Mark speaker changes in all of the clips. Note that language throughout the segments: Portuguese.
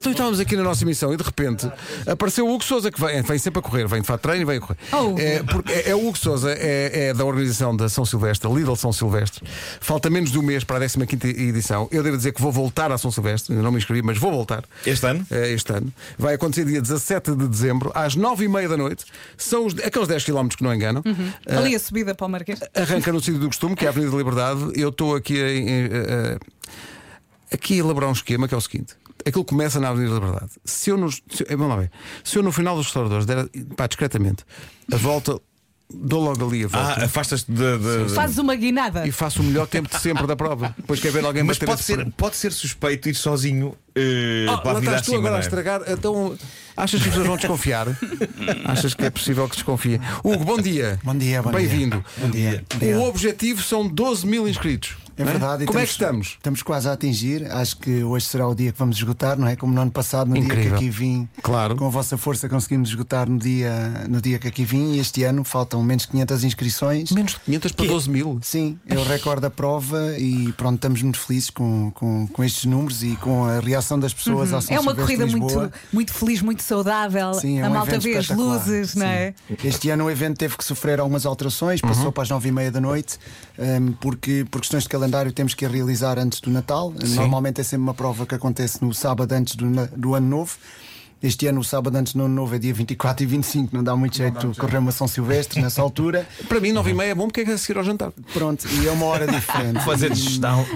Speaker 1: Então estávamos aqui na nossa emissão e de repente apareceu o Hugo Souza, que vem, vem sempre a correr, vem de fato de treino e vem a correr.
Speaker 2: Oh.
Speaker 1: É, porque é, é o Hugo Souza, é, é da organização da São Silvestre, Lidl São Silvestre. Falta menos de um mês para a 15 edição. Eu devo dizer que vou voltar à São Silvestre, ainda não me inscrevi, mas vou voltar.
Speaker 3: Este ano?
Speaker 1: Eh, este ano. Vai acontecer dia 17 de dezembro, às 9h30 da noite. São os- aqueles 10 km que não enganam.
Speaker 2: Uhum.
Speaker 4: Ah,
Speaker 2: Ali a subida para o Marquês.
Speaker 1: Arranca no sítio do costume, que é a Avenida da Liberdade. Eu estou aqui a, em- a- a- aqui a elaborar um esquema que é o seguinte: aquilo começa na Avenida da Liberdade. Se eu, nos, se, eh, vamos lá ver. se eu no final dos restauradores der pá, discretamente a volta, dou logo ali a volta.
Speaker 4: um-
Speaker 3: Ah, afastas-te de. de- de-
Speaker 2: Fazes uma guinada.
Speaker 1: E faço o melhor tempo de sempre da prova. Depois quer ver alguém
Speaker 3: Mas
Speaker 1: bater
Speaker 3: pode
Speaker 1: esse
Speaker 3: ser,
Speaker 1: recorde.
Speaker 3: pode ser suspeito ir sozinho eh,
Speaker 4: Oh,
Speaker 1: Ah,
Speaker 3: pela
Speaker 1: lá
Speaker 3: avenida
Speaker 1: estás tu
Speaker 3: acima.
Speaker 1: agora a
Speaker 3: não é?
Speaker 1: estragar. Então, achas que as pessoas vão desconfiar? achas que é possível que desconfiem? Hugo, bom dia.
Speaker 4: Bom dia, bom dia.
Speaker 1: Bem-vindo.
Speaker 4: Bom dia.
Speaker 1: O
Speaker 4: Obrigado.
Speaker 1: objetivo são 12 mil inscritos.
Speaker 4: É
Speaker 1: não
Speaker 4: verdade. e
Speaker 1: Como é que estamos?
Speaker 4: Estamos quase a atingir. Acho que hoje será o dia que vamos esgotar, não é? Como no ano passado, no dia
Speaker 1: Incrível.
Speaker 4: que aqui vim.
Speaker 1: Claro.
Speaker 4: Com a vossa força conseguimos esgotar no dia, no dia que aqui vim. E este ano faltam menos de 500 inscrições.
Speaker 1: Menos de 500 para 12 mil.
Speaker 4: Sim, é o recorde da prova e pronto, estamos muito felizes com, com, com estes números e com a reação das pessoas
Speaker 1: Uhum.
Speaker 4: ao São
Speaker 2: É uma
Speaker 4: Silvestre
Speaker 2: corrida
Speaker 4: de
Speaker 2: muito,
Speaker 4: um Lisboa.
Speaker 2: muito feliz, muito saudável.
Speaker 4: Sim, é
Speaker 2: a
Speaker 4: um
Speaker 2: malta
Speaker 4: evento
Speaker 2: vê as
Speaker 4: espetacular.
Speaker 2: luzes, não
Speaker 4: Sim.
Speaker 2: é?
Speaker 4: Este ano o evento teve que sofrer algumas alterações, passou para as nove e meia da noite, ehm, porque por questões de calendário temos que a realizar antes do Natal. Normalmente é sempre uma prova que acontece no sábado antes do, na- do ano novo. Este ano, o sábado antes do ano novo, é dia 24 e 25, não dá muito jeito correr uma São Silvestre nessa altura.
Speaker 1: Para mim, 9 e meia é bom porque é que é a seguir ao jantar.
Speaker 4: Pronto, e é uma hora diferente.
Speaker 3: Fazer gestão.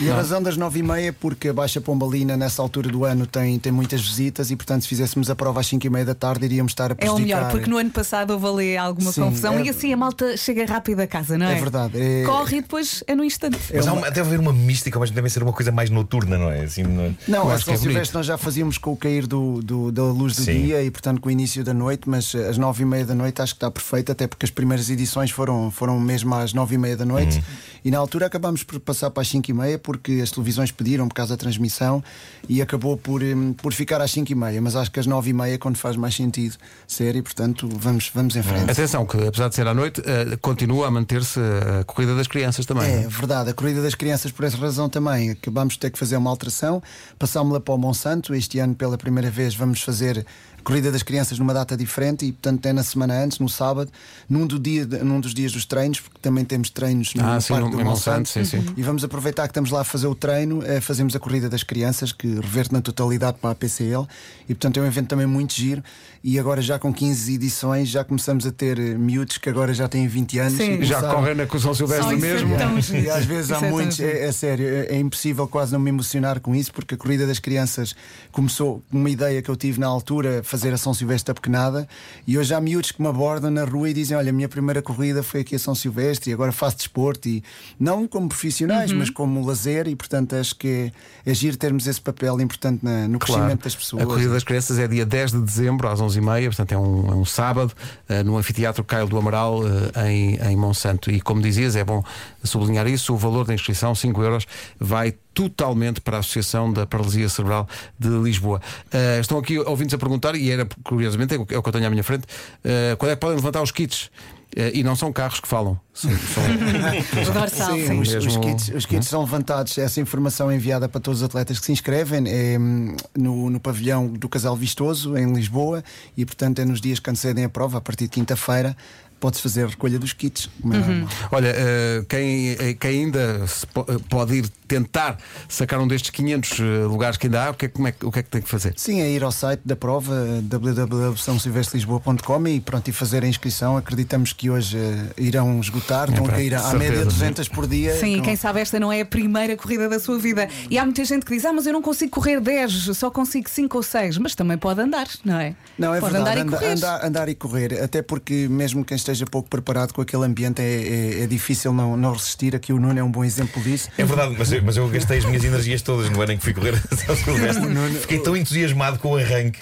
Speaker 4: E a razão das nove e meia é porque a Baixa Pombalina, nessa altura do ano, tem, tem muitas visitas e, portanto, se fizéssemos a prova às cinco e meia da tarde, iríamos estar
Speaker 2: É
Speaker 4: a
Speaker 2: o
Speaker 4: prejudicar.
Speaker 2: melhor, porque no ano passado houve ali alguma
Speaker 4: Sim,
Speaker 2: confusão
Speaker 4: é-
Speaker 2: e assim a malta chega rápido a casa, não é?
Speaker 4: É verdade, é- um-
Speaker 2: Corre e depois é no instante.
Speaker 3: Mas há uma, deve haver uma mística, mas deve ser uma coisa mais noturna, não é? Assim, não-
Speaker 4: Não,
Speaker 1: Eu
Speaker 4: a
Speaker 1: acho que é
Speaker 4: São
Speaker 1: bonito.
Speaker 4: Silvestre nós já fazíamos com o cair do, do- da luz do
Speaker 3: Sim.
Speaker 4: dia e, portanto, com o início da noite, mas eh, às nove e meia da noite acho que está perfeito, até porque as primeiras edições foram, foram mesmo às nove e meia da
Speaker 1: Uhum.
Speaker 4: noite e na altura acabámos por passar para as cinco e meia porque as televisões pediram por causa da transmissão e acabou por, hum, por ficar às cinco e meia, mas acho que às nove e meia é quando faz mais sentido ser e, portanto, vamos, vamos em frente.
Speaker 1: Atenção, que apesar de ser à noite, eh, continua a manter-se a corrida das crianças também.
Speaker 4: É
Speaker 1: não
Speaker 4: verdade, a corrida das crianças por essa razão também. Acabamos de ter que fazer uma alteração, passámos-la para o Monsanto. Este ano, pela primeira vez, vamos fazer a corrida das crianças numa data diferente e, portanto, é na semana antes, no sábado, num, do dia, de- num dos dias dos treinos, porque também temos treinos no
Speaker 1: Ah,
Speaker 4: no
Speaker 1: sim,
Speaker 4: Parque
Speaker 1: no-
Speaker 4: do
Speaker 1: em Monsanto,
Speaker 4: Monsanto.
Speaker 1: sim, sim.
Speaker 4: E vamos aproveitar que estamos lá a fazer o treino, eh, fazemos a corrida das crianças, que reverte na totalidade para a PCL. E, portanto, é um evento também muito giro. E agora, já com 15 edições, já começamos a ter eh, miúdos que agora já têm 20 anos.
Speaker 2: Sim.
Speaker 4: e
Speaker 1: Já
Speaker 4: começaram-
Speaker 1: correm na com o São Silvestre
Speaker 2: Só isso é
Speaker 1: mesmo.
Speaker 2: tão giro.
Speaker 4: e às vezes há
Speaker 2: Isso é tão
Speaker 4: muitos,
Speaker 2: giro.
Speaker 4: é, é sério, é, é impossível quase não me emocionar com isso, porque a corrida das crianças começou com uma ideia que eu tive na altura, fazer a São Silvestre a pequenada, e hoje há miúdos que me abordam na rua e dizem: Olha, a minha primeira corrida foi aqui a São Silvestre e agora faço desporto, e não como profissionais,
Speaker 2: Uhum.
Speaker 4: mas como lazer, e portanto acho que é, é giro termos esse papel importante na- no crescimento das pessoas. né?
Speaker 1: A Corrida das Crianças é dia 10 de dezembro, às 11h30, portanto é um, é um sábado, eh, no Anfiteatro Caio do Amaral, eh, em, em Monsanto. E como dizias, é bom sublinhar isso: o valor da inscrição, 5 euros, vai totalmente para a Associação da Paralisia Cerebral de Lisboa. Eh, estão aqui ouvintes a perguntar, e era curiosamente, é o que é o que eu tenho à minha frente, eh, quando é que podem levantar os kits? Eh, e não são carros que falam, são, são-
Speaker 2: O dorsal,
Speaker 4: Sim, é um
Speaker 2: sim.
Speaker 4: Os, os
Speaker 1: Mesmo- né?
Speaker 4: kits, os kits são levantados. Essa informação é enviada para todos os atletas que se inscrevem é, hum, no, no pavilhão do Casal Vistoso, em Lisboa, e portanto é nos dias que antecedem a prova, a partir de quinta-feira. Pode-se fazer a recolha dos kits, como é
Speaker 2: Uhum.
Speaker 4: normal.
Speaker 1: Olha, eh, quem, eh, quem ainda se po- eh, pode ir tentar sacar um destes 500 eh, lugares que ainda há, o que é, como é que- o que é que tem que fazer?
Speaker 4: Sim, é ir ao site da prova www.sãosilvestrelisboa.com e pronto, e fazer a inscrição. Acreditamos que hoje eh, irão esgotar, estão a
Speaker 1: pá,
Speaker 4: cair à
Speaker 1: certeza,
Speaker 4: média
Speaker 1: não é?
Speaker 4: 200 por dia.
Speaker 2: Sim,
Speaker 4: Então,
Speaker 2: quem sabe esta não é a primeira corrida da sua vida. E há muita gente que diz: Ah, mas eu não consigo correr 10, só consigo 5 ou 6. Mas também pode andar, não é?
Speaker 4: Não, é
Speaker 2: pode andar
Speaker 4: verdade,
Speaker 2: e
Speaker 4: anda-
Speaker 2: correr.
Speaker 4: andar, andar e correr, até porque mesmo quem esteja pouco preparado com aquele ambiente é, é- é difícil não, não resistir. Aqui o Nuno é um bom exemplo disso.
Speaker 3: É verdade, mas eu, mas eu gastei as minhas energias todas no ano em que fui correr a São Silvestre. Fiquei tão entusiasmado com o arranque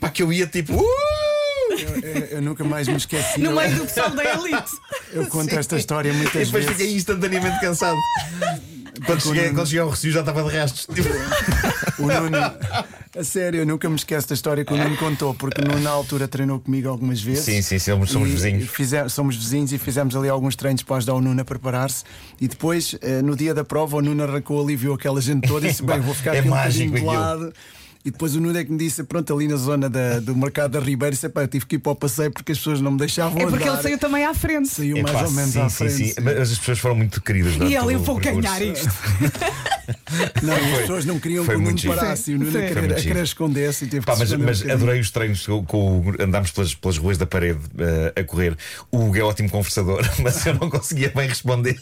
Speaker 3: pá, que eu ia tipo. "Uh!"
Speaker 4: Eu, eu- eu nunca mais me esqueci.
Speaker 2: No
Speaker 4: Eu,
Speaker 2: meio do pessoal da elite.
Speaker 4: eu conto esta história
Speaker 3: E
Speaker 4: muitas
Speaker 3: depois fiquei
Speaker 4: vezes. um-
Speaker 3: instantaneamente cansado. Quando cheguei, quando cheguei ao Recio já estava de rastos. Tipo,
Speaker 4: O Nuno, a sério, eu nunca me esqueço da história que o Nuno contou, porque o Nuno na altura treinou comigo algumas vezes.
Speaker 3: Sim, sim, somos- somos
Speaker 4: E-
Speaker 3: vizinhos.
Speaker 4: e fize- somos vizinhos e fizemos ali alguns treinos para ajudar o Nuno a preparar-se. E depois, eh, no dia da prova, o Nuno arrancou ali, viu aquela gente toda e disse: Bem, vou ficar
Speaker 3: É
Speaker 4: aqui um
Speaker 3: mágico
Speaker 4: bocadinho de
Speaker 3: aquilo.
Speaker 4: lado. E depois o Nuno é que me disse: pronto, ali na zona da- do mercado da Ribeiro, disse, "Epá, eu tive que ir para o passeio porque as pessoas não me deixavam.
Speaker 2: É porque
Speaker 4: andar."
Speaker 2: ele saiu também à frente.
Speaker 4: Saiu
Speaker 3: Epá,
Speaker 4: mais ou menos
Speaker 3: sim,
Speaker 4: à
Speaker 3: sim,
Speaker 4: frente.
Speaker 3: sim. Mas as pessoas foram muito
Speaker 2: E
Speaker 3: queridas. durante
Speaker 2: ele,
Speaker 3: todo
Speaker 2: eu
Speaker 3: o
Speaker 2: vou
Speaker 3: percurso.
Speaker 2: ganhar isto.
Speaker 4: Não, as
Speaker 3: Foi-
Speaker 4: pessoas não queriam
Speaker 3: foi
Speaker 4: que o
Speaker 3: muito giro.
Speaker 4: Nuno parasse e o Nuno
Speaker 2: Sim,
Speaker 4: a
Speaker 2: sim.
Speaker 3: Foi
Speaker 4: querer,
Speaker 3: muito
Speaker 4: a
Speaker 3: giro.
Speaker 4: querer esconder-se e teve
Speaker 3: Pá,
Speaker 4: que
Speaker 3: mas,
Speaker 4: esconder um
Speaker 3: mas
Speaker 4: bocadinho.
Speaker 3: adorei os treinos com, com o- andámos pelas, pelas ruas da parede eh, a correr. O Hugo é ótimo conversador, mas eu não conseguia bem responder.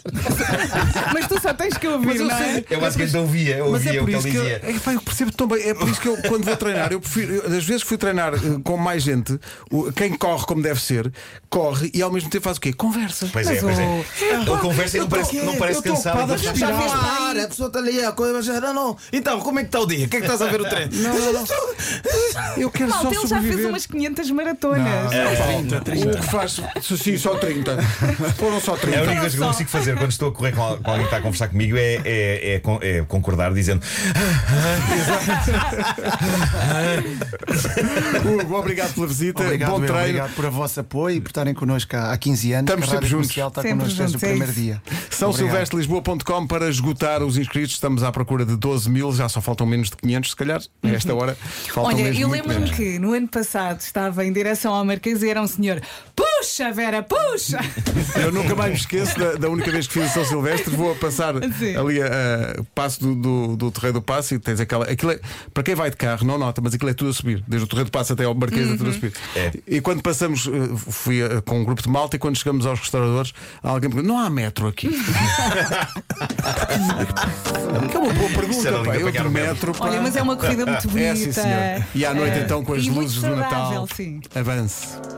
Speaker 2: Mas tu só tens que ouvir,
Speaker 1: Mas eu
Speaker 2: não é?
Speaker 1: sei-
Speaker 3: Eu basicamente ouvia, eu
Speaker 1: Mas
Speaker 3: ouvia
Speaker 1: é
Speaker 3: o
Speaker 1: por
Speaker 3: que
Speaker 1: isso
Speaker 3: ele
Speaker 1: que eu,
Speaker 3: dizia.
Speaker 1: é, pá, eu percebo tão bem. É por isso que eu, quando vou treinar, eu prefiro. eu, às vezes que fui treinar eh, com mais gente, o- quem corre como deve ser, corre e ao mesmo tempo faz o quê? Conversa.
Speaker 3: Pois é,
Speaker 2: Mas oh,
Speaker 3: pois é.
Speaker 2: o-
Speaker 3: Ele conversa e não parece, não parece cansado.
Speaker 1: Para
Speaker 3: Mas-
Speaker 1: respirar.
Speaker 5: a pessoa está ali, a coisa, mas não, não. Então, como é que está o dia? O que é que estás a ver o treino?
Speaker 1: Não, não, não. Eu quero
Speaker 2: Malta,
Speaker 1: só
Speaker 2: ele já fez
Speaker 1: sobreviver.
Speaker 2: umas 500 maratonas.
Speaker 3: É,
Speaker 1: O que faz? se- Sim, só 30. Foram só
Speaker 3: É a
Speaker 1: 30.
Speaker 3: única coisa que eu consigo fazer quando estou a correr com, al- com alguém que está a conversar comigo é, é- é con- é concordar dizendo
Speaker 1: Hugo, obrigado pela visita.
Speaker 4: Obrigado,
Speaker 1: Bom
Speaker 4: eu,
Speaker 1: treino.
Speaker 4: obrigado por a vosso apoio e por estarem connosco há, há 15 anos.
Speaker 1: Estamos
Speaker 4: A
Speaker 1: sempre
Speaker 4: Rádio
Speaker 1: juntos.
Speaker 4: Comercial está
Speaker 2: Sempre
Speaker 4: connosco desde o
Speaker 2: juntos, é
Speaker 4: primeiro
Speaker 2: isso.
Speaker 4: dia.
Speaker 1: São
Speaker 4: Obrigado.
Speaker 1: Silvestre Lisboa.com para esgotar os inscritos. Estamos à procura de 12 mil, já só faltam menos de 500, se calhar. A esta hora faltam
Speaker 2: Uhum. Olha,
Speaker 1: mesmo
Speaker 2: eu
Speaker 1: muito
Speaker 2: lembro-me
Speaker 1: menos.
Speaker 2: que no ano passado estava em direção ao Marquês e era um senhor: Puxa, Vera, puxa!
Speaker 1: Eu nunca mais me esqueço da, da única vez que fiz o São Silvestre. Vou a passar
Speaker 2: Sim.
Speaker 1: ali a, a passo do, do, do Terreiro do Passo e tens aquela. Aquilo é- para quem vai de carro, não nota, mas aquilo é tudo a subir. Desde o Terreiro do Passo até ao Marquês é tudo
Speaker 2: Uhum.
Speaker 1: a subir.
Speaker 3: É.
Speaker 1: E quando passamos, eh, fui eh, com um grupo de malta e quando chegamos aos restauradores, alguém pergunta: não há metro aqui? que é uma boa
Speaker 3: Isso era
Speaker 1: pergunta,
Speaker 3: lindo
Speaker 1: pá. Eu
Speaker 3: apanhar
Speaker 1: de
Speaker 3: o metro.
Speaker 1: metro. pá.
Speaker 2: Olha, mas é uma corrida muito bonita.
Speaker 1: É, sim, senhor. E à noite,
Speaker 2: Eh,
Speaker 1: então, com as
Speaker 2: e muito
Speaker 1: luzes do
Speaker 2: saudável,
Speaker 1: Natal,
Speaker 2: Sim.
Speaker 1: avance.